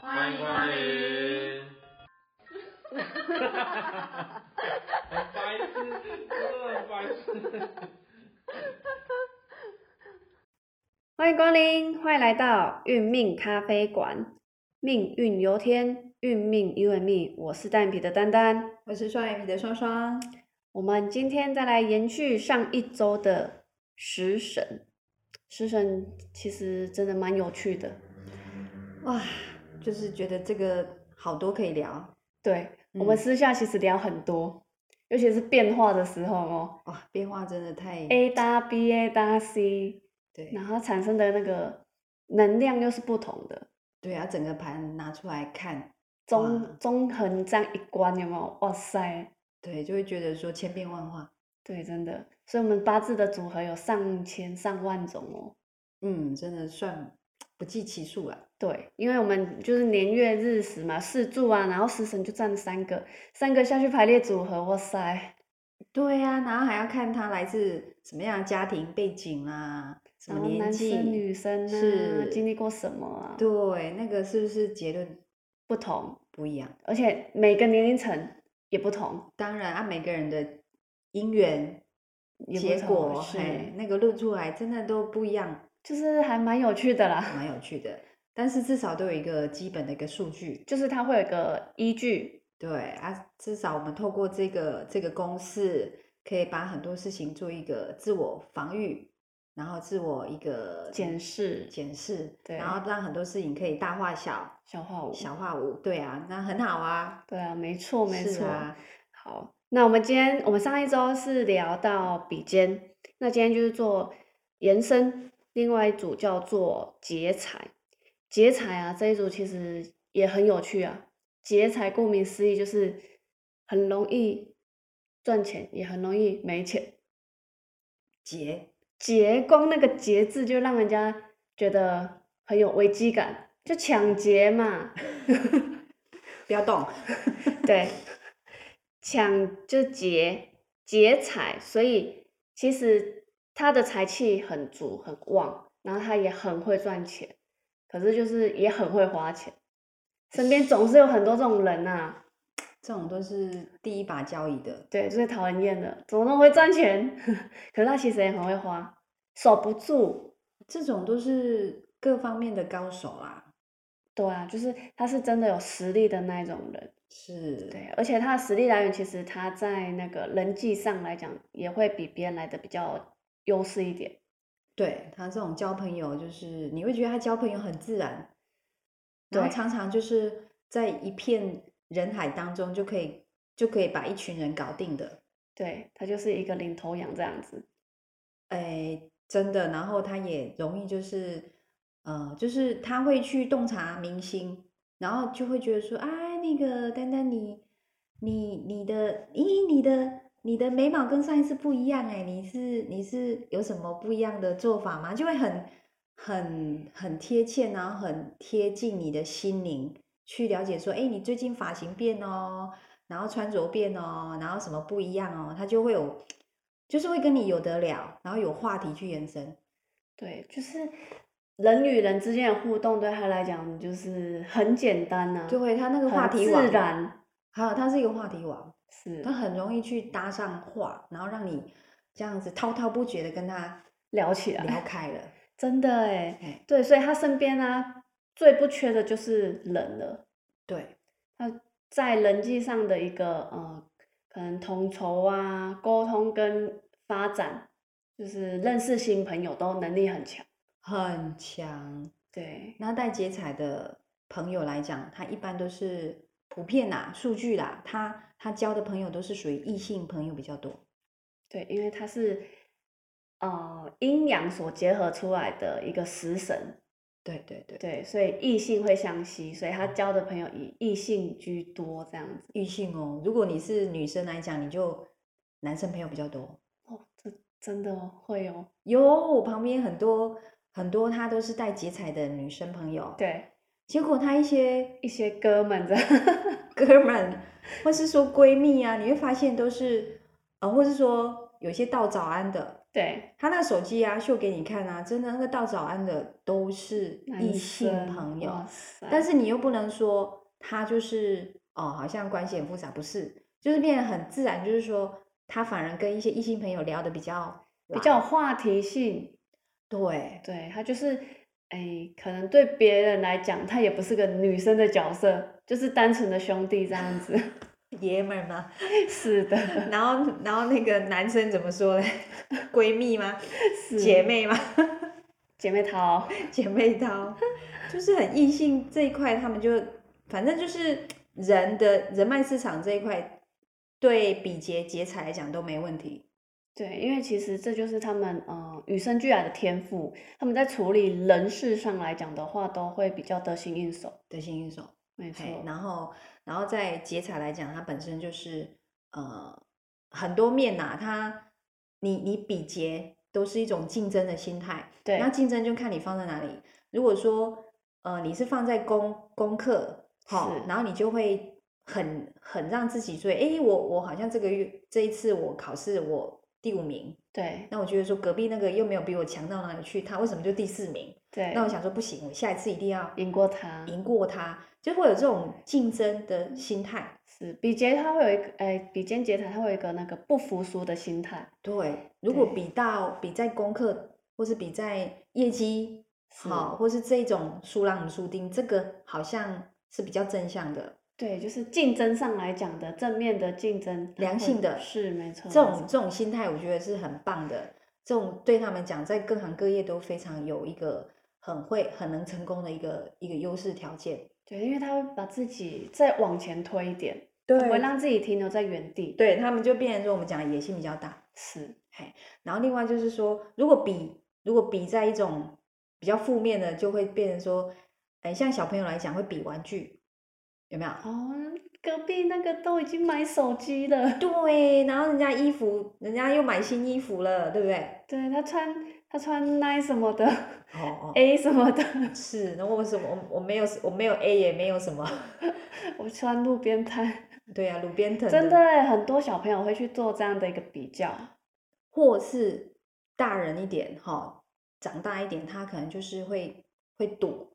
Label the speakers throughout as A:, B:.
A: 欢迎光 临。很白痴，真的很白痴。
B: 欢迎光临，欢迎来到运命咖啡馆。命运由天，运命由 me。我是单眼皮的丹丹。
C: 我是双眼皮的双双。
B: 我们今天再来延续上一周的食神。食神其实真的蛮有趣的。
C: 哇，就是觉得这个好多可以聊
B: 对、我们
C: 嗯
B: 私下其实聊很多，尤其是变化的时候哦。
C: 哇，变化真的太
B: A 搭 B A 搭 C，
C: 对
B: 然后产生的那个能量又是不同的。
C: 对啊，整个盘拿出来看，哇
B: 中中横这样一关有没有？哇塞，
C: 对，就会觉得说千变万化。
B: 对，真的。所以我们八字的组合有上千上万种哦。
C: 嗯，真的算不计其数了。
B: 对，因为我们就是年月日时嘛，四柱啊，然后食神就占三个，三个下去排列组合，哇塞，
C: 对啊，然后还要看他来自什么样的家庭背景啊，什
B: 然
C: 么
B: 后
C: 年
B: 男
C: 纪，
B: 生女生啊，
C: 是
B: 经历过什么啊，
C: 对，那个是不是结论
B: 不同，
C: 不一样？
B: 而且每个年龄层也不同，
C: 当然，啊按每个人的因缘
B: 也不
C: 结
B: 同
C: 果，
B: 是
C: 嘿，那个论出来真的都不一样。
B: 就是还蛮有趣的啦，
C: 蛮有趣的。但是至少都有一个基本的一个数据，
B: 就是它会有一个依据，
C: 对啊，至少我们透过这个这个公式，可以把很多事情做一个自我防御，然后自我一个
B: 检视
C: 检视，
B: 对
C: 然后让很多事情可以大化小，
B: 消化我。
C: 小化无，对啊，那很好啊，
B: 对啊，没错 没
C: 是
B: 错。
C: 啊，
B: 好，那我们今天我们上一周是聊到比肩，那今天就是做延伸，另外一组叫做劫财。劫财啊，这一组其实也很有趣啊。劫财顾名思义就是很容易赚钱，也很容易没钱。
C: 结
B: 劫光那个劫字就让人家觉得很有危机感，就抢劫嘛，
C: 不要动，
B: 对，抢就劫劫财，所以其实他的财气很足很旺，然后他也很会赚钱，可是就是也很会花钱，身边总是有很多这种人呐、啊，
C: 这种都是第一把交椅的，
B: 对，最讨人厌的，怎么那么会赚钱？ 可是他其实也很会花，守不住。
C: 这种都是各方面的高手啦，
B: 对啊，就是他是真的有实力的那一种人，
C: 是，
B: 对，啊而且他的实力来源其实他在那个人际上来讲也会比别人来的比较优势一点。
C: 对他这种交朋友，就是你会觉得他交朋友很自然，然后
B: 对
C: 常常就是在一片人海当中就可以就可以把一群人搞定的，
B: 对，他就是一个领头羊这样子。
C: 哎，真的。然后他也容易就是，呃，就是他会去洞察明星，然后就会觉得说，哎，那个丹丹你你你的，咦，你的你的眉毛跟上一次不一样哎，你是你是有什么不一样的做法吗？就会很很很贴切，然后很贴近你的心灵去了解说，哎，你最近发型变哦，然后穿着变哦，然后什么不一样哦，他就会有，就是会跟你有得聊，然后有话题去延伸。
B: 对，就是人与人之间的互动，对他来讲就是很简单呐、
C: 就会他那个话
B: 很
C: 题
B: 自
C: 网，
B: 然。
C: 还有他是一个话题网，
B: 是
C: 他很容易去搭上话，然后让你这样子滔滔不绝的跟他
B: 聊起
C: 聊
B: 来，
C: 开了。
B: 真的哎，
C: 哎，
B: 对，所以他身边啊，最不缺的就是人了。
C: 对，
B: 他在人际上的一个呃，可能统筹啊、沟通跟发展，就是认识新朋友都能力很强。
C: 很强。
B: 对，
C: 那带劫财的朋友来讲，他一般都是普遍啦，数据啦，他他交的朋友都是属于异性朋友比较多。
B: 对，因为它是呃阴阳所结合出来的一个食神，
C: 对对对，
B: 对，所以异性会相吸，所以他交的朋友以异性居多这样子。
C: 异性哦，如果你是女生来讲，你就男生朋友比较多。
B: 哦，这真的哦会哦，
C: 有，我旁边很多很多，她都是带劫财的女生朋友。，
B: 对，
C: 结果她一些
B: 一些哥们这样
C: 哥们，或是说闺蜜啊，你会发现都是，呃，或是说有一些道早安的，
B: 对，
C: 他那个手机啊，秀给你看啊，真的那个道早安的都是
B: 男
C: 异性
B: 生嗯
C: 朋友，
B: 哇塞
C: 但是你又不能说他就是哦，好像关系很复杂，不是，就是变得很自然，就是说他反而跟一些异性朋友聊的比较
B: 比
C: 来
B: 较有话题性，
C: 对，
B: 对他就是，哎，可能对别人来讲，他也不是个女生的角色，就是单纯的兄弟这样子。
C: 爷们儿嘛。
B: 是的，
C: 然后，然后那个男生怎么说嘞？ 闺蜜吗？
B: 是
C: 姐妹吗？
B: 姐妹淘，
C: 姐妹淘，就是很异性这一块，他们就反正就是人的人脉市场这一块，对比劫劫财来讲都没问题。
B: 对，因为其实这就是他们呃与生俱来的天赋，他们在处理人事上来讲的话，都会比较得心应手。
C: 得心应手，
B: 没错，
C: 嘿，然后然后在劫财来讲，它本身就是呃很多面呐、它你你比劫都是一种竞争的心态，
B: 对
C: 那竞争就看你放在哪里。如果说呃你是放在功功课，好、
B: 是
C: 然后你就会很很让自己说，诶，我我好像这个月这一次我考试我第五名，
B: 对
C: 那我觉得说隔壁那个又没有比我强到哪里去，他为什么就第四名？
B: 对
C: 那，我想说不行，我下一次一定要
B: 赢过他
C: 赢过他，就会有这种竞争的心态。
B: 是比劫，他会有一个，哎，比肩劫财，他会有一个那个不服输的心态。
C: 对，如果
B: 对
C: 比到比在功课，或是比在业绩，
B: 是
C: 好、或是这种输让输丁，这个好像是比较正向的，
B: 对，就是竞争上来讲的正面的竞争，它
C: 良
B: 会
C: 性的
B: 是没错。
C: 这
B: 没
C: 种
B: 错
C: 这种心态，我觉得是很棒的。这种对他们讲，在各行各业都非常有一个很会、很能成功的一个一个优势条件。
B: 对，因为他会把自己再往前推一点，
C: 对
B: 不会让自己停留在原地。，
C: 对他们就变成说，我们讲的野心比较大，
B: 是，
C: 然后另外就是说，如果比如果比在一种比较负面的，就会变成说，哎，像小朋友来讲会比玩具，有没有？
B: 哦，隔壁那个都已经买手机了，
C: 对，然后人家衣服，人家又买新衣服了，对不对？
B: 对他穿他穿 Nike 什么的
C: 哦哦，
B: ，A 什么的，
C: 是，那为什么我我没有我没有 A 也没有什么？
B: 我穿路边摊，
C: 对啊，路边等
B: 真的耶很多小朋友会去做这样的一个比较，
C: 或是大人一点哈、长大一点，他可能就是会会赌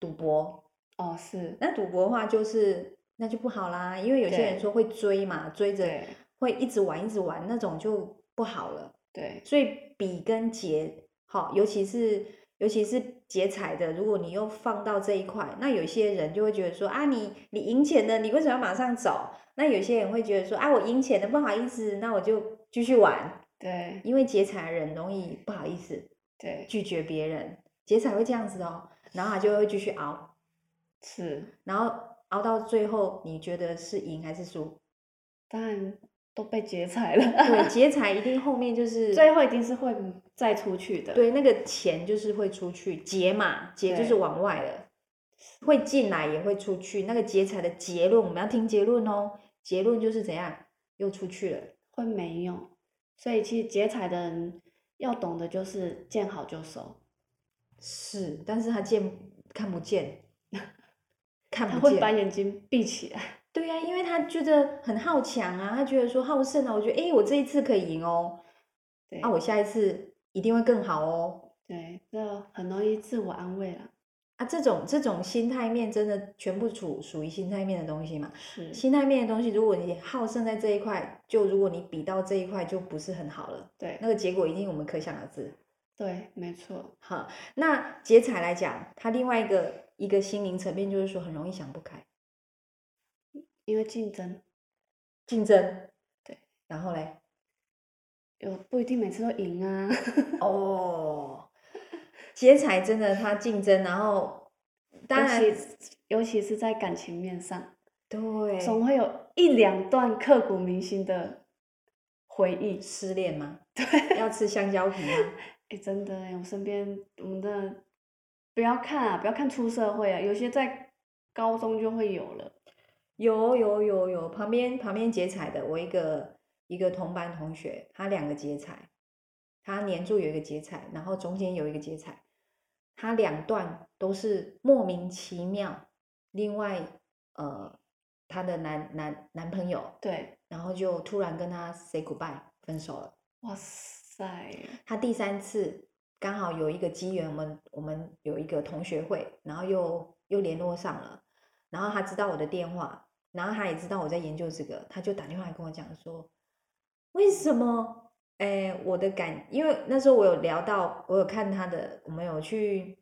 C: 赌博，
B: 哦，是，
C: 那赌博的话，就是那就不好啦，因为有些
B: 对
C: 人说会追嘛，追着
B: 对
C: 会一直玩一直玩，那种就不好了。
B: 对
C: 所以比跟劫，好，尤其是尤其是劫财的，如果你又放到这一块，那有些人就会觉得说啊，你你赢钱的，你为什么要马上走？那有些人会觉得说啊，我赢钱的，不好意思，那我就继续玩，
B: 对
C: 因为劫财的人容易不好意思
B: 对，
C: 拒绝别人，劫财会这样子哦，然后他就会继续熬。
B: 是，
C: 然后熬到最后，你觉得是赢还是输？
B: 当然都被劫财了，
C: 对，劫财一定后面 就是
B: 最后一定是会再出去的，
C: 对那个钱就是会出去，劫嘛，劫就是
B: 对
C: 往外了，会进来也会出去。那个劫财的结论，我们要听结论哦。结论就是怎样，又出去了。
B: 会没用。所以其实劫财的人要懂的就是见好就收，
C: 是，但是他见看不见， 看
B: 他
C: 不
B: 会把
C: 见。
B: 眼睛闭起来。
C: 对呀、因为他觉得很好强啊，他觉得说好胜啊，我觉得诶，我这一次可以赢哦，
B: 对，
C: 啊，我下一次一定会更好哦。
B: 对，这很容易自我安慰啦。
C: 啊，这种这种心态面真的全部属属于心态面的东西嘛？
B: 是，
C: 心态面的东西，如果你好胜在这一块，就如果你比到这一块，就不是很好了。
B: 对
C: 那个结果一定我们可想而知。
B: 对，没错，
C: 哈，那劫财来讲，它另外一个一个心灵层面就是说，很容易想不开，
B: 因为竞争
C: 竞争。
B: 对，
C: 然后嘞，
B: 有不一定每次都赢啊。
C: 哦，劫财真的它竞争，然后当然
B: 尤其尤其是在感情面上，
C: 对
B: 总会有一两段刻骨铭心的回忆。
C: 失恋吗？对，要吃香蕉皮吗？
B: 哎，真的哎，我身边我们的不要看啊，不要看出社会啊，有些在高中就会有了。
C: 有有有有，旁边旁边劫财的，我一个一个同班同学，他两个劫财，他年柱有一个劫财，然后中间有一个劫财，他两段都是莫名其妙，另外呃他的男男男朋友，
B: 对，
C: 然后就突然跟他 say goodbye 分手了，
B: 哇塞，塞，
C: 他第三次刚好有一个机缘，我们我们有一个同学会，然后又又联络上了，然后他知道我的电话，然后他也知道我在研究这个，他就打电话来跟我讲说，为什么？哎，我的感，因为那时候我有聊到，我有看他的，我们有去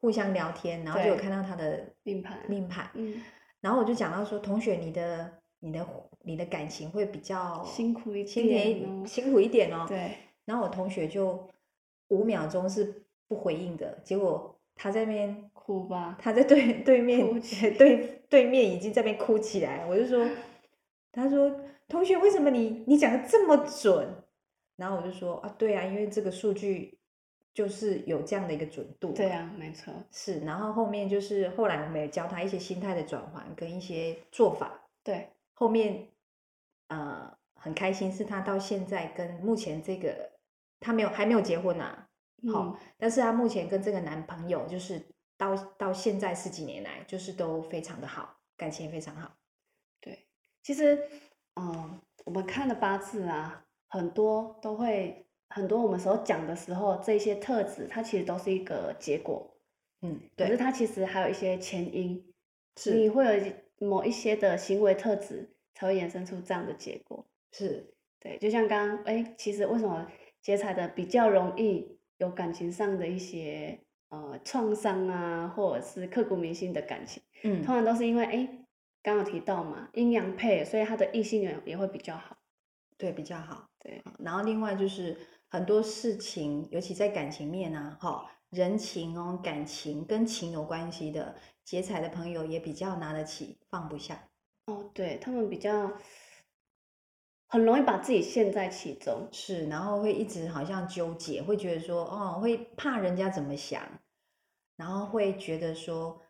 C: 互相聊天，然后就有
B: 对
C: 看到他的
B: 命盘
C: 命盘，
B: 嗯，
C: 然后我就讲到说，同学，你的你的你的感情会比较
B: 辛苦一
C: 辛苦
B: 点
C: 一
B: 哦
C: 辛苦一点哦。
B: 对，
C: 然后我同学就五秒钟是不回应的，结果他在那边
B: 哭吧，
C: 他在对对面
B: 哭泣
C: 对对面已经在那边哭起来，我就说，他说同学为什么你你讲的这么准？然后我就说啊对啊，因为这个数据就是有这样的一个准度，
B: 对啊，没错，
C: 是，然后后面就是后来我们也教他一些心态的转换跟一些做法。
B: 对，
C: 后面呃很开心，是他到现在跟目前这个他没有还没有结婚啊，好
B: 嗯，
C: 但是他目前跟这个男朋友就是到到现在十几年来就是都非常的好，感情也非常好。
B: 对，其实，嗯，我们看的八字啊，很多都会，很多我们所讲的时候，这些特质它其实都是一个结果，
C: 嗯，
B: 可是
C: 对，
B: 它其实还有一些前因，你
C: 是
B: 会有一某一些的行为特质才会衍生出这样的结果。
C: 是，
B: 对，就像刚刚，哎，其实为什么劫财的比较容易有感情上的一些呃创伤啊，或者是刻骨铭心的感情，
C: 嗯
B: 通，常都是因为哎，刚刚有提到嘛，阴阳配，所以他的异性缘也会比较好。
C: 对，比较好。
B: 对，
C: 然后另外就是很多事情，尤其在感情面啊，哈、人情哦，感情跟情有关系的，劫财的朋友也比较拿得起，放不下。
B: 哦，对他们比较很容易把自己陷在其中。
C: 是，然后会一直好像纠结，会觉得说，哦，会怕人家怎么想，然后会觉得说，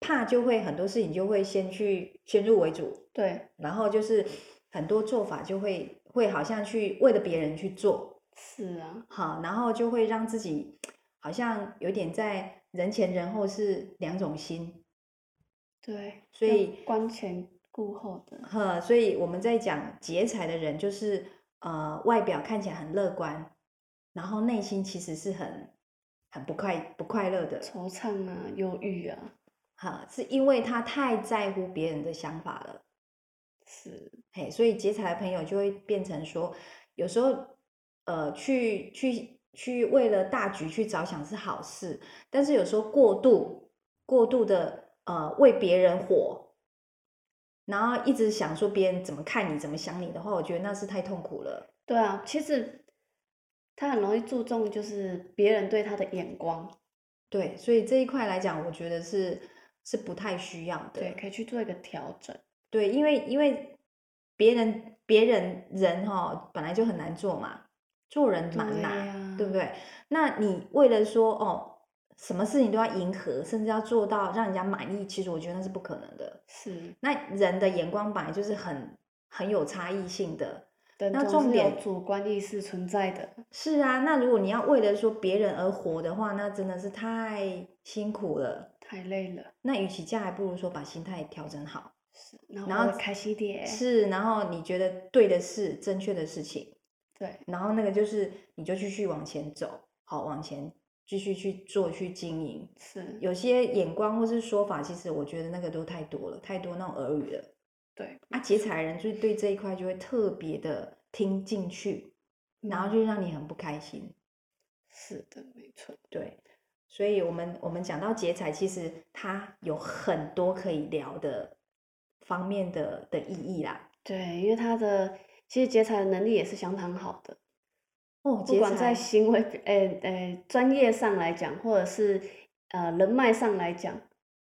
C: 怕就会很多事情就会先去先入为主，
B: 对，
C: 然后就是很多做法就会会好像去为了别人去做，
B: 是啊，
C: 好，然后就会让自己好像有点在人前人后是两种心，
B: 对，
C: 所
B: 要
C: 以
B: 观前顾后的，
C: 呵，所以我们在讲劫财的人，就是呃外表看起来很乐观，然后内心其实是很很不快不快乐的，
B: 惆怅啊，忧郁啊，
C: 哈，是因为他太在乎别人的想法了，
B: 是，
C: 嘿，所以劫财的朋友就会变成说，有时候呃去去去为了大局去着想是好事，但是有时候过度过度的呃为别人活，然后一直想说别人怎么看你怎么想你的话，我觉得那是太痛苦了。
B: 对啊，其实他很容易注重就是别人对他的眼光，
C: 对，所以这一块来讲，我觉得是是不太需要的。
B: 对，可以去做一个调整。
C: 对，因为因为别人别人人哈、本来就很难做嘛，做人蛮
B: 对
C: 难，
B: 呀
C: 对不对？那你为了说哦，什么事情都要迎合，甚至要做到让人家满意，其实我觉得那是不可能的。
B: 是，
C: 那人的眼光本来就是很很有差异性的，
B: 人
C: 那
B: 总
C: 重
B: 是有
C: 点
B: 主观意识存在的，
C: 是啊。那如果你要为了说别人而活的话，那真的是太辛苦了。
B: 太累了，
C: 那与其这样，还不如说把心态调整好。
B: 是，然
C: 然后
B: 后活得开心一点，
C: 是，然后你觉得对的事、正确的事情，
B: 对，
C: 然后那个就是你就继续往前走，好，往前继续去做、去经营。
B: 是，
C: 有些眼光或是说法，其实我觉得那个都太多了，太多那种耳语了。
B: 对，
C: 啊，劫财人就对这一块就会特别的听进去，然后
B: 嗯
C: 就让你很不开心。
B: 是的，没错，
C: 对，所以我们我们讲到劫财，其实它有很多可以聊的方面的的意义啦。
B: 对，因为他的其实劫财的能力也是相当好的，
C: 哦，
B: 不
C: 劫
B: 管在
C: 财
B: 行为，诶诶，专业上来讲，或者是呃人脉上来讲，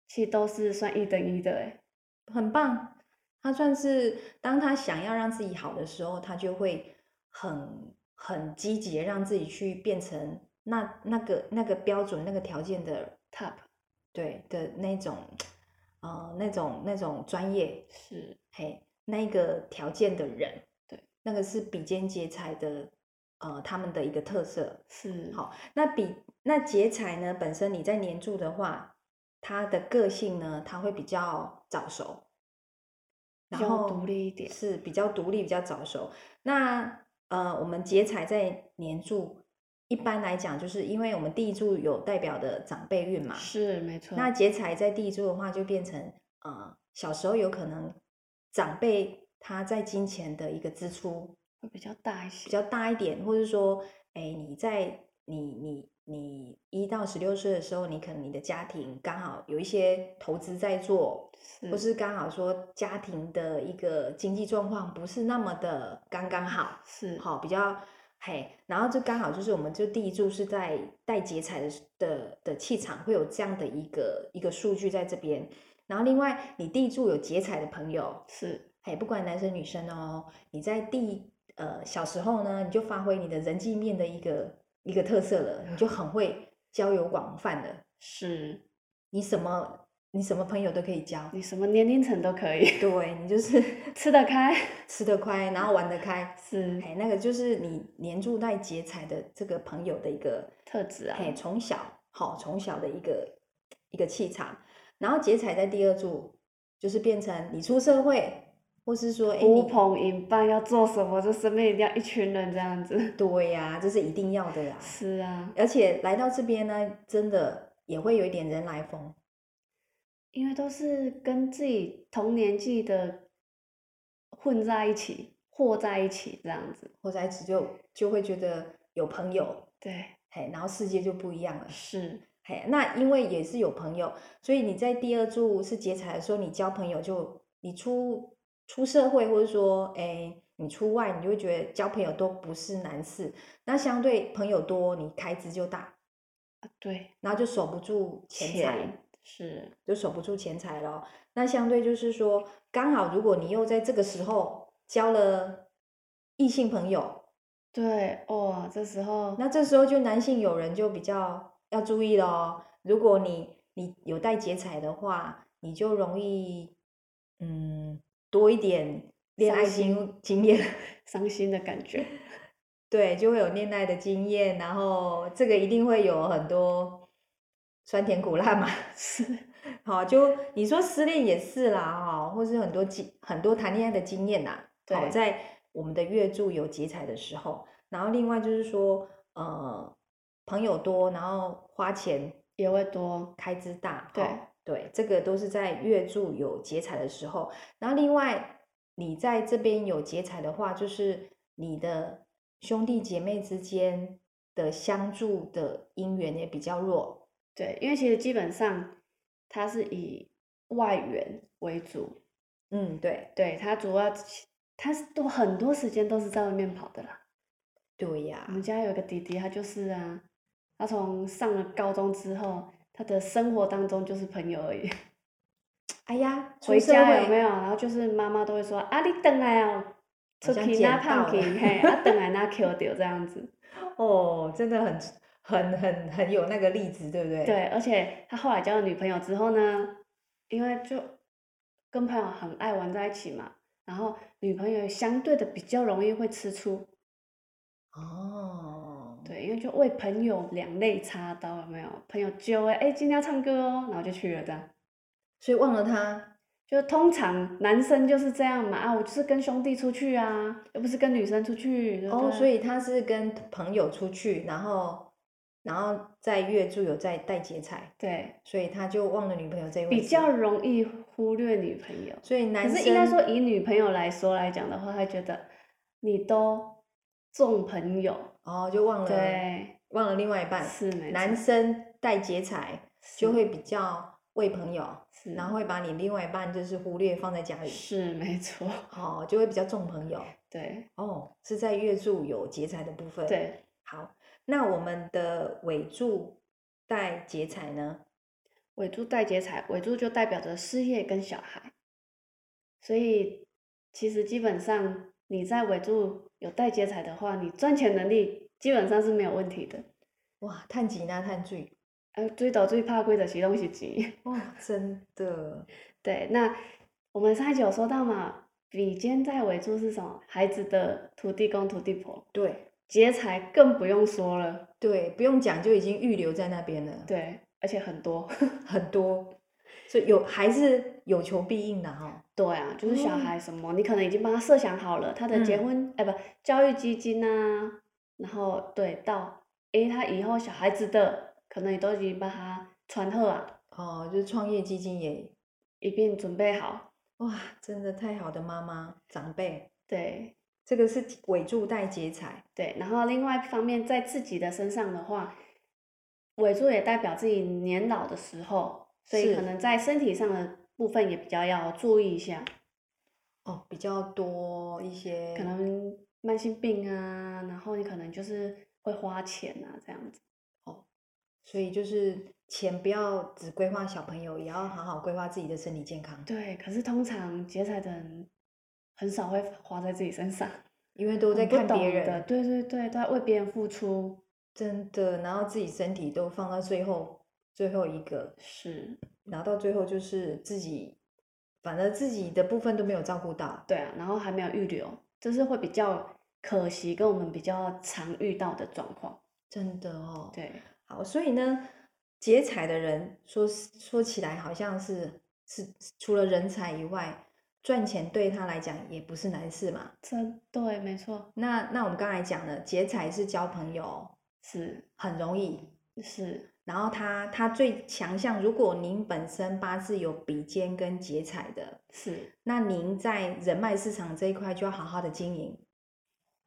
B: 其实都是算一等一的，诶，
C: 很棒。他算是当他想要让自己好的时候，他就会很很积极，让自己去变成那那个那个标准、那个条件的
B: top
C: 对的那种，呃，那种那种专业，
B: 是
C: 嘿，那个条件的人，
B: 对，
C: 那个是比肩劫财的，呃，他们的一个特色。
B: 是
C: 好那比那劫财呢，本身你在年柱的话，他的个性呢，他会比较早熟，
B: 比
C: 然
B: 较
C: 后
B: 独立一点，
C: 是比较独立、比较早熟。那呃，我们劫财在年柱，一般来讲，就是因为我们地柱有代表的长辈运嘛，
B: 是没错。
C: 那劫财在地柱的话，就变成呃，小时候有可能长辈他在金钱的一个支出
B: 会比较大一些，
C: 比较大一点，或者说，哎，你在你你你一到十六岁的时候，你可能你的家庭刚好有一些投资在做，
B: 嗯
C: 或是刚好说家庭的一个经济状况不是那么的刚刚好，
B: 是
C: 好比较嘿，然后就刚好就是我们就第一柱是在带劫财的的的气场会有这样的一个一个数据在这边，然后另外你第一柱有劫财的朋友，
B: 是
C: 嘿，哎不管男生女生哦，你在第呃小时候呢，你就发挥你的人际面的一个一个特色了， 你就很会交友广泛了，
B: 是，
C: 你什么你什么朋友都可以 交。
B: 你什么年龄层都可以
C: 对你就是
B: 吃得开，
C: 吃得快，然后玩得开，
B: 是
C: 哎，那个就是你年住带劫财的这个朋友的一个
B: 特质啊，
C: 哎，从小好、从小的一个一个气场。然后劫财在第二柱，就是变成你出社会，或是说哎
B: 呼
C: 你
B: 朋引伴，要做什么就身边一定要一群人这样子。
C: 对呀、这是一定要的呀、
B: 是啊，
C: 而且来到这边呢，真的也会有一点人来疯，
B: 因为都是跟自己同年纪的混在一起，和在一起这样子。
C: 或者只就就会觉得有朋友，
B: 对，
C: 嘿，然后世界就不一样了。
B: 是
C: 嘿，那因为也是有朋友，所以你在第二柱是劫财的时候，你交朋友就你出出社会，或者说哎、你出外，你就会觉得交朋友都不是难事。那相对朋友多，你开支就大，
B: 啊，对，
C: 然后就守不住钱财，
B: 是
C: 就守不住钱财咯。那相对就是说，刚好如果你又在这个时候交了异性朋友，
B: 对哦，这时候
C: 那这时候就男性友人就比较要注意了哦。如果你你有带劫财的话，你就容易嗯多一点恋爱
B: 伤心
C: 经经验，
B: 伤心的感觉，
C: 对，就会有恋爱的经验，然后这个一定会有很多酸甜苦辣嘛。
B: 是
C: 好，就你说失恋也是啦，哈、或是很多经很多谈恋爱的经验呐，好，
B: 对
C: 在我们的月柱有劫财的时候，然后另外就是说，呃，朋友多，然后花钱
B: 也会多
C: 开支大，
B: 对
C: 齁对，这个都是在月柱有劫财的时候，然后另外你在这边有劫财的话，就是你的兄弟姐妹之间的相助的姻缘也比较弱，
B: 对，因为其实基本上它是以外援为主，
C: 嗯，对。
B: 对，它主要它是都很多时间都是在外面跑的啦。
C: 对呀、
B: 我们家有一个弟弟，他就是啊，他从上了高中之后，他的生活当中就是朋友而已。
C: 哎呀，出
B: 回
C: 社
B: 家有
C: 会
B: 没有？然后就是妈妈都会说啊，你等来哦，出
C: 像
B: 去
C: 捡
B: 那胖
C: 到
B: 去，
C: 了
B: 嘿，啊等来那 Q 掉这样子。
C: 哦，真的很很很很有那个例子，对不对？
B: 对，而且他后来交了女朋友之后呢，因为就跟朋友很爱玩在一起嘛，然后女朋友相对的比较容易会吃醋，
C: 哦，
B: 对，因为就为朋友两肋插刀，有没有？朋友揪哎、欸，哎、今天要唱歌哦，然后就去了这样。
C: 所以忘了他，
B: 就通常男生就是这样嘛，啊，我就是跟兄弟出去啊，又不是跟女生出去，对不
C: 哦，
B: 对
C: 所以他是跟朋友出去，然后然后在月柱有在带劫财，
B: 对
C: 所以他就忘了女朋友这一回
B: 比
C: 事
B: 较，容易忽略女朋友。
C: 所以
B: 可
C: 男生
B: 是应该说，以女朋友来说来讲的话，她觉得你都重朋友，
C: 哦，就忘了
B: 对，
C: 忘了另外一半，
B: 是没错
C: 男生带劫财
B: 是
C: 就会比较为朋友，
B: 是，
C: 然后会把你另外一半就是忽略放在家里，
B: 是没错，
C: 哦，就会比较重朋友，
B: 对
C: 哦，是在月柱有劫财的部分，。
B: 对，
C: 好，那我们的尾柱带劫财呢？
B: 尾柱带劫财，尾柱就代表着事业跟小孩，所以其实基本上你在尾柱有带劫财的话，你赚钱能力基本上是没有问题的。
C: 哇，探吉那探罪
B: 呃，最倒最怕贵的其中是钱。
C: 哦，真的
B: 对，那我们上一集有说到嘛，比肩在尾柱是什么？孩子的土地公、土地婆，
C: 对
B: 劫财更不用说了。
C: 对，不用讲就已经预留在那边了，
B: 对，而且很多。
C: 很多。所以有还是有求必应的哈。
B: 对啊，就是小孩什么，你可能已经帮他设想好了他的结
C: 哦嗯
B: 婚，哎、不，教育基金啊，然后对到，哎，他以后小孩子的，可能你都已经帮他传贺啊，
C: 哦，就是创业基金也
B: 一并准备好。
C: 哇，真的太好的妈妈长辈，
B: 对
C: 这个是尾柱带劫财，
B: 对，然后另外一方面，在自己的身上的话，尾柱也代表自己年老的时候，所以
C: 是
B: 可能在身体上的部分也比较要注意一下，
C: 哦，比较多一些
B: 可能慢性病啊，然后你可能就是会花钱啊这样子。
C: 所以就是钱不要只规划小朋友，也要好好规划自己的身体健康，
B: 对，可是通常劫财的人很少会花在自己身上，
C: 因为都在
B: 很不
C: 看别
B: 懂的，
C: 人，
B: 对对对，都在为别人付出。
C: 真的，然后自己身体都放到最后最后一个，
B: 是，
C: 然后到最后就是自己，反正自己的部分都没有照顾到，
B: 对啊，然后还没有预留，这是会比较可惜，跟我们比较常遇到的状况。
C: 真的哦。，
B: 对，
C: 好，所以呢，劫财的人说是说起来好像是是除了人才以外，赚钱对他来讲也不是难事嘛。
B: 真对，没错，
C: 那那我们刚才讲了，劫财是交朋友
B: 是
C: 很容易，
B: 是，
C: 然后他他最强项，如果您本身八字有比肩跟劫财的，
B: 是，
C: 那您在人脉市场这一块就要好好的经营，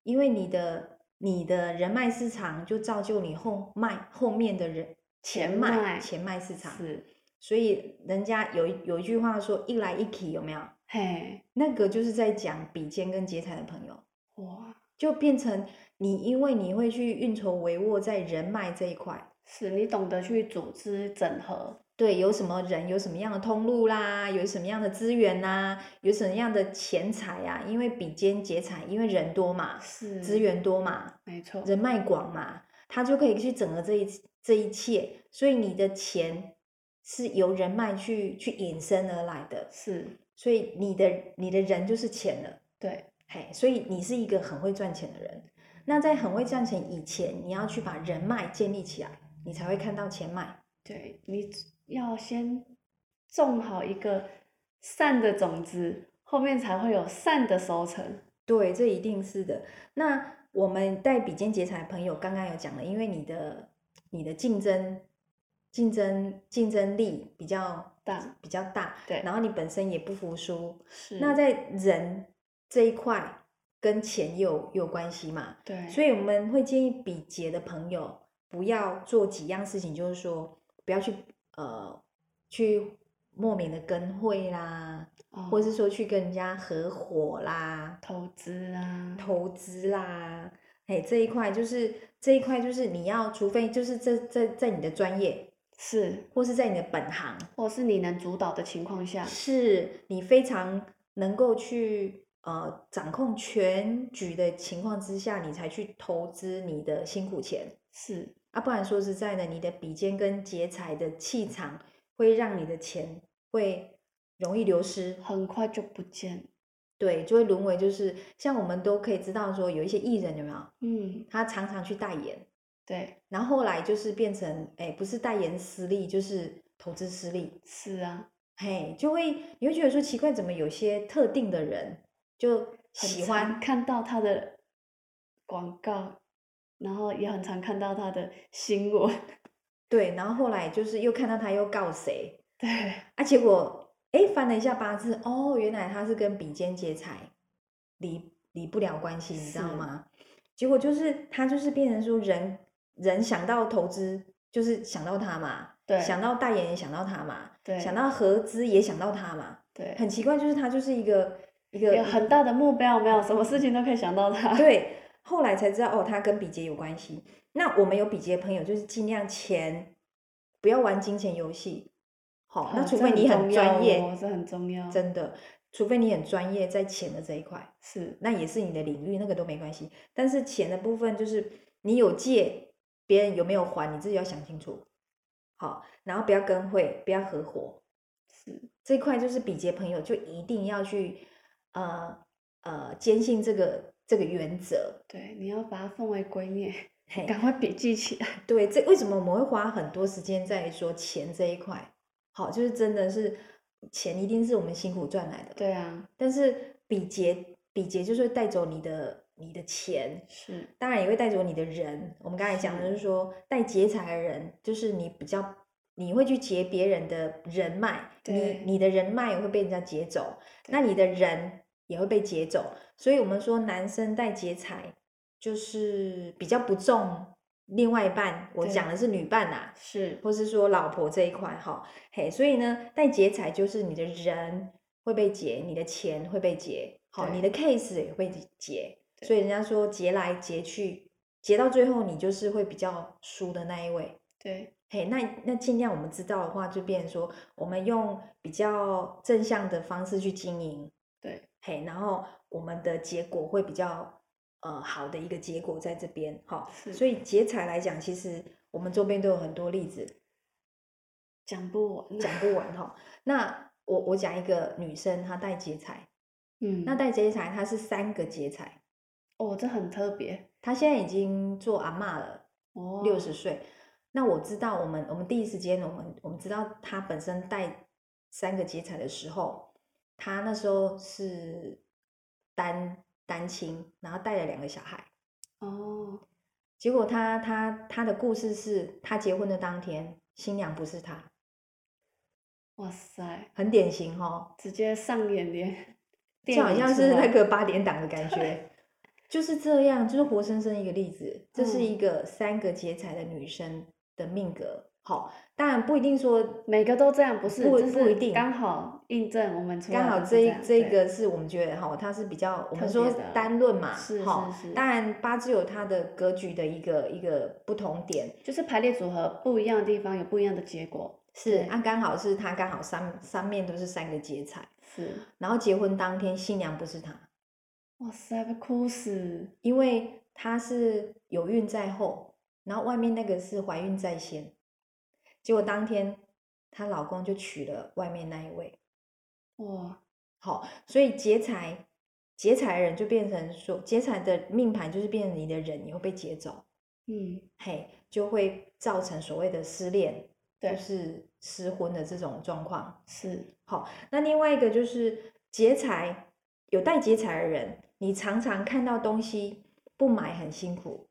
C: 因为你的你的人脉市场就造就你后脉后面的人
B: 钱
C: 前脉
B: 脉
C: 前脉市场，
B: 是，
C: 所以人家有一有一句话说一来一去有没有？
B: 嘿，
C: 那个就是在讲比肩跟劫财的朋友，
B: 哇，
C: 就变成你因为你会去运筹帷幄在人脉这一块，
B: 是你懂得去组织整合，
C: 对，有什么人，有什么样的通路啦，有什么样的资源啦，有什么样的钱财啊？因为比肩劫财，因为人多嘛，
B: 是
C: 资，源多嘛，
B: 没错，
C: 人脉广嘛，他就可以去整合这一这一切。所以你的钱是由人脉去去引申而来的，
B: 是，
C: 所以你的你的人就是钱了，
B: 对，
C: 嘿，所以你是一个很会赚钱的人。那在很会赚钱以前，你要去把人脉建立起来，你才会看到钱脉。
B: 对，你只要先种好一个善的种子，后面才会有善的收成。
C: 对，这一定是的。那我们带比肩劫财的朋友刚刚有讲了，因为你的你的竞争竞争竞争力比较
B: 大，
C: 比较大，
B: 对嗯
C: 然后你本身也不服输。
B: 是
C: 那在人这一块跟钱有有关系嘛？
B: 对，
C: 所以我们会建议比劫的朋友不要做几样事情，就是说不要去呃去莫名的跟会啦，
B: 以
C: 或是说去跟人家合伙啦，
B: 投资啊，
C: 投资啦，哎，这一块就是这一块就是你要，除非就是这在在你的专业
B: 是，
C: 或是在你的本行，
B: 或是你能主导的情况下，
C: 是你非常能够去呃掌控全局的情况之下，你才去投资你的辛苦钱
B: 是
C: 啊，不然说实在的，你的比肩跟劫财的气场会让你的钱会容易流失，
B: 很快就不见。
C: 对，就会沦为就是像我们都可以知道说有一些艺人有没有，
B: 嗯，
C: 他常常去代言。
B: 对，
C: 然后后来就是变成，哎，不是代言私利，就是投资私利，
B: 是啊，
C: 嘿，就会你会觉得说奇怪，怎么有些特定的人就
B: 很
C: 喜
B: 常
C: 欢，
B: 看到他的广告，然后也很常看到他的新闻。
C: 对，然后后来就是又看到他又告谁
B: 对，
C: 啊，结果哎翻了一下八字，哦，原来他是跟比肩劫财离离不了关系，你知道
B: 是
C: 吗？结果就是他就是变成说人人想到投资就是想到他嘛，
B: 对
C: 想到代言也想到他嘛，
B: 对
C: 想到合资也想到他嘛。
B: 对，
C: 很奇怪，就是他就是一个一个
B: 有很大的目标，有没有什么事情都可以想到他。
C: 对，后来才知道哦，他跟比劫有关系。那我们有比劫的朋友，就是尽量钱不要玩金钱游戏，好、
B: 哦
C: 那除
B: 这
C: 非你很
B: 重要
C: 专业，
B: 哦这很重要，
C: 真的，除非你很专业在钱的这一块，
B: 是
C: 那也是你的领域，那个都没关系。但是钱的部分，就是你有借，别人有没有还，你自己要想清楚。好，然后不要跟会，不要合伙，
B: 是
C: 这一块就是比劫朋友就一定要去呃呃坚信这个这个原则。
B: 对，你要把它奉为圭臬，
C: 嘿，
B: 赶快笔记起来。
C: 对，这为什么我们会花很多时间在说钱这一块？好，就是真的是钱一定是我们辛苦赚来的，
B: 对啊，
C: 但是比劫比劫就是会带走你的你的钱，
B: 是
C: 当然也会带走你的人。我们刚才讲的是说，带劫财的人，就是你比较，你会去劫别人的人脉，你
B: 对
C: 你的人脉也会被人家劫走，那你的人也会被劫走。所以我们说，男生带劫财就是比较不重另外一半，我
B: 对
C: 讲的是女伴啊啦、
B: 是，
C: 或是说老婆这一块哈，嘿，所以呢，带劫财就是你的人会被劫，你的钱会被劫，好，你的 case 也会劫，
B: 对
C: 所以人家说劫来劫去，劫到最后你就是会比较输的那一位。
B: 对
C: 嘿，那那尽量我们知道的话，就变成说我们用比较正向的方式去经营，
B: 对，
C: 嘿，然后我们的结果会比较呃好的一个结果在这边，好，
B: 是
C: 所以劫财来讲，其实我们周边都有很多例子，
B: 讲不完，
C: 讲不完哈。那我我讲一个女生，她带劫财，
B: 嗯，
C: 那带劫财她是三个劫财，
B: 哦，这很特别
C: 她现在已经做阿嬷了，
B: 哦，
C: 六十岁。那我知道，我们我们第一时间，我们我们知道她本身带三个劫财的时候，她那时候是单单亲，然后带了两个小孩。
B: 哦，
C: 结果她她她的故事是，她结婚的当天，新娘不是她，
B: 哇塞，
C: 很典型哦。
B: 直接上演连电
C: 就好
B: 影
C: 像
B: 出
C: 是那
B: 来
C: 个八点档的感觉，就是这样，就是活生生一个例子。这是
B: 嗯
C: 一个三个劫财的女生的命格，好，当然不一定说
B: 每个都这样，不是
C: 不
B: 就
C: 不一
B: 是
C: 定
B: 刚好印证我们出来
C: 刚好
B: 都是
C: 这一
B: 样
C: 这
B: 对
C: 个是我们觉得哈，它是比较我们
B: 特
C: 说
B: 别的
C: 单论嘛，
B: 是
C: 好
B: 是是
C: 当然八字有它的格局的一个一个不同点，
B: 就是排列组合不一样的地方有不一样的结果，
C: 是
B: 对
C: 啊，刚好是它刚好三三面都是三个劫财，
B: 是
C: 然后结婚当天新娘不是她，
B: 哇塞，被哭死，
C: 因为她是有孕在后，然后外面那个是怀孕在先，结果当天她老公就娶了外面那一位，
B: 哇，
C: 好，所以劫财劫财的人就变成说，劫财的命盘就是变成你的人，你会被劫走，
B: 嗯，
C: 嘿，就会造成所谓的失恋，就
B: 对
C: 是失婚的这种状况。
B: 是
C: 那另外一个就是劫财，有带劫财的人，你常常看到东西不买很辛苦，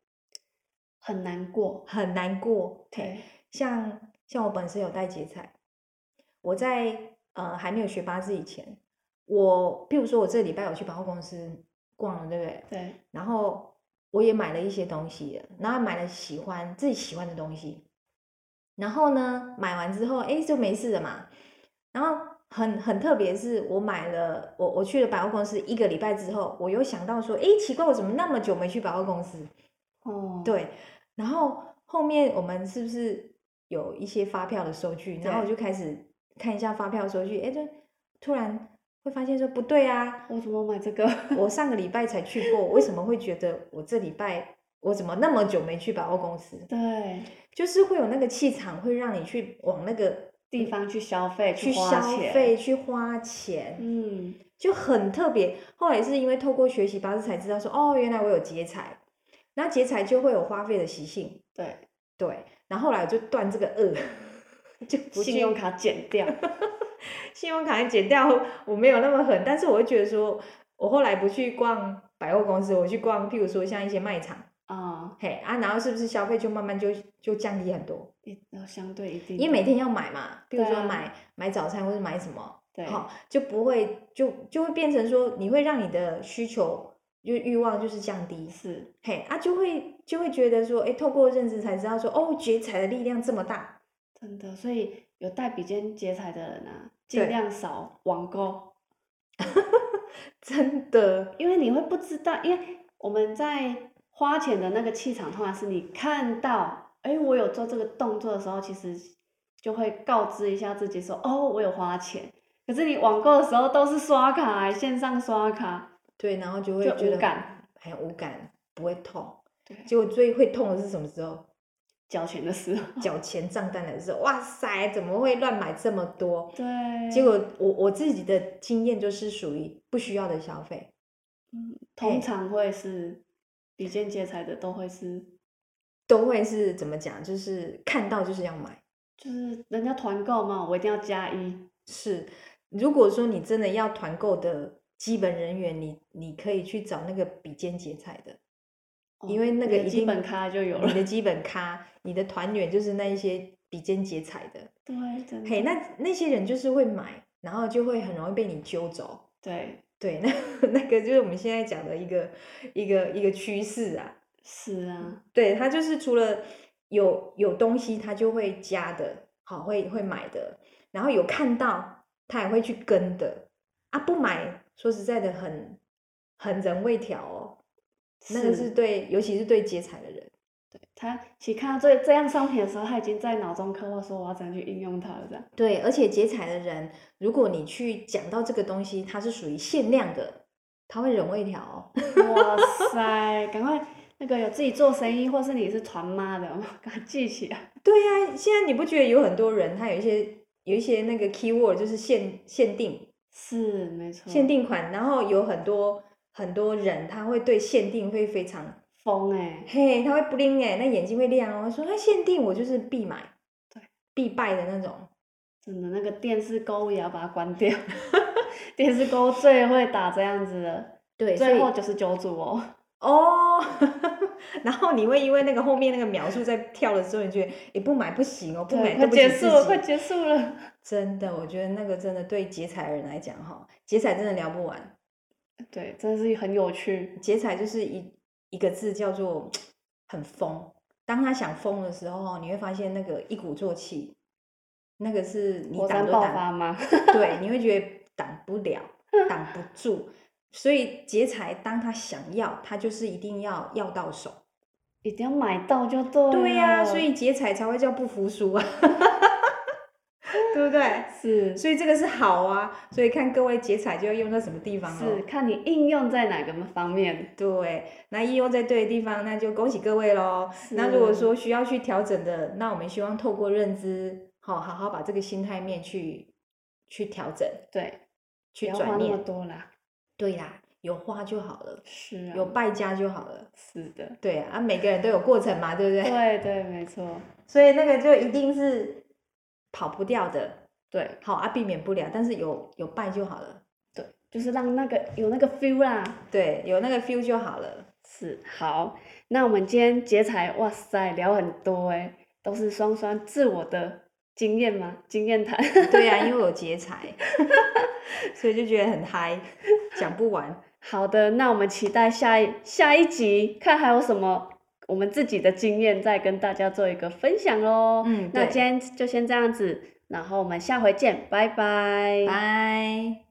B: 很难过，
C: 很难过。嘿，
B: 对，
C: 像像我本身有带劫财，我在呃还没有学八字以前，我譬如说我这礼拜我去百货公司逛了，对不对？
B: 对，
C: 然后我也买了一些东西了，然后买了喜欢自己喜欢的东西，然后呢买完之后，哎就没事了嘛。然后很很特别是，我买了我我去了百货公司一个礼拜之后，我又想到说，哎奇怪，我怎么那么久没去百货公司？
B: 哦，
C: 对，然后后面我们是不是有一些发票的收据？然后我
B: 对
C: 就开始看一下发票收据，哎，就突然会发现说不对啊，
B: 我怎么买这个？
C: 我上个礼拜才去过，为什么会觉得我这礼拜我怎么那么久没去百货公司？
B: 对，
C: 就是会有那个气场，会让你去往那个
B: 地方去消费，
C: 去消
B: 花钱，
C: 费、去花钱，
B: 嗯，
C: 就很特别。后来是因为透过学习八字才知道说，哦，原来我有劫财，那劫财就会有花费的习性。
B: 对，
C: 对，然后后来我就断这个恶， 就不
B: 信
C: 去
B: 用卡减 掉，
C: 信用卡减掉，我没有那么狠，但是我会觉得说，我后来不去逛百货公司，我去逛，譬如说像一些卖场，
B: 啊，
C: 嘿啊，然后是不是消费就慢慢就就降低很多？
B: 一呃相对一定的，
C: 因为每天要买嘛，譬如
B: 对
C: 说
B: 啊
C: 买、买早餐或者买什么，
B: 对
C: 好、就不会就就会变成说，你会让你的需求就欲望就是降低，
B: 是，
C: 嘿啊，就会就会觉得说，哎，透过认知才知道说，哦，觉财的力量这么大，
B: 真的，所以有带比肩劫财的人啊，
C: 对
B: 尽量少网购，
C: 真的。
B: 因为你会不知道，因为我们在花钱的那个气场，通常是你看到，哎，我有做这个动作的时候，其实就会告知一下自己说，哦，我有花钱。可是你网购的时候都是刷卡、线上刷卡，
C: 对，然后就会
B: 就
C: 觉
B: 无
C: 得
B: 感，
C: 很无感，不会痛。
B: 对，
C: 结果最会痛的是什么时候？
B: 交钱的时候，
C: 缴钱账单的时候，哇塞，怎么会乱买这么多？
B: 对，
C: 结果我我自己的经验就是属于不需要的消费，
B: 通常会是比肩劫财的都会是
C: 都会是怎么讲？就是看到就是要买，
B: 就是人家团购嘛，我一定要加一。
C: 是，如果说你真的要团购的基本人员，你你可以去找那个比肩劫财的，
B: 哦
C: 因为那
B: 你的
C: 个一
B: 基
C: 定嗯
B: 本咖就有
C: 你
B: 了。
C: 的基本咖，你的团员就是那一些比肩劫财的。
B: 对，真的
C: 嘿，那那些人就是会买，然后就会很容易被你揪走。
B: 对
C: 对，那那个就是我们现在讲的一个一个一个趋势啊。
B: 是啊，
C: 对，它就是除了有有东西，它就会加的，好会会买的，然后有看到，他也会去跟的啊。不买，说实在的很很人未调哦。那个是对，尤其是对劫财的人。
B: 他其实看到这这样商品的时候，他已经在脑中刻画说我要怎样去应用它了，这样。
C: 对，而且劫财的人，如果你去讲到这个东西，它是属于限量的，他会人未调哦。
B: 哇塞，赶快那个有自己做生意，或是你是船妈的，赶快记起来。
C: 对呀、现在你不觉得有很多人他有一些有一些那个 keyword 就是限限定
B: 是没错，
C: 限定款，然后有很多很多人他会对限定会非常
B: 疯哎、
C: 嘿，他会 bling 哎、那眼睛会亮哦，说他限定我就是必买，
B: 对，
C: 必败的那种。
B: 真的那个电视购物也要把它关掉，电视购物最会打这样子的，
C: 对，所
B: 最
C: 以
B: 后九十九组哦，
C: 哦， 然后你会因为那个后面那个描述在跳的时候，你觉得也不买不行哦，不买
B: 对，
C: 对
B: 快
C: 不起
B: 结
C: 自
B: 束了，快
C: 己
B: 结束了，
C: 真的，我觉得那个真的对劫财人来讲哈，劫财真的聊不完。
B: 对，真的是很有趣，
C: 劫财就是一一个字叫做很疯。当他想疯的时候，你会发现那个一鼓作气，那个是你
B: 火
C: 挡
B: 山
C: 都
B: 爆
C: 挡
B: 发吗？
C: 对，你会觉得挡不了，挡不住。所以劫财，当他想要，他就是一定要要到手。
B: 一定要买到就对了，啊
C: 对呀、所以劫财才会叫不 服输啊，对不对？
B: 是
C: 所以这个是好啊，所以看各位劫财就要用到什么地方哦。
B: 是看你应用在哪个方面，
C: 对，那应用在对的地方，那就恭喜各位喽。 那如果说需要去调整的，那我们希望透过认知，好、好好把这个心态面去去调整，
B: 对，不
C: 去
B: 要花
C: 转
B: 那么
C: 念。
B: 多啦，
C: 对啦，有花就好了，
B: 是啊，
C: 有败家就好了。
B: 是的，
C: 对啊，啊每个人都有过程嘛，对不对？
B: 对对，没错，
C: 所以那个就一定是跑不掉的，
B: 对。
C: 好啊，避免不了，但是有有败就好了，
B: 对，就是让那个有那个 feel 啦。
C: 对，有那个 feel 就好了。
B: 是，好，那我们今天劫财，哇塞，聊很多哎、都是双双自我的经验嘛，经验谈。
C: 对啊，因为有劫财，所以就觉得很嗨，讲不完。
B: 好的，那我们期待下一下一集，看还有什么我们自己的经验再跟大家做一个分享喽。
C: 嗯
B: 那
C: 对
B: 今天就先这样子，然后我们下回见，拜拜。
C: 拜。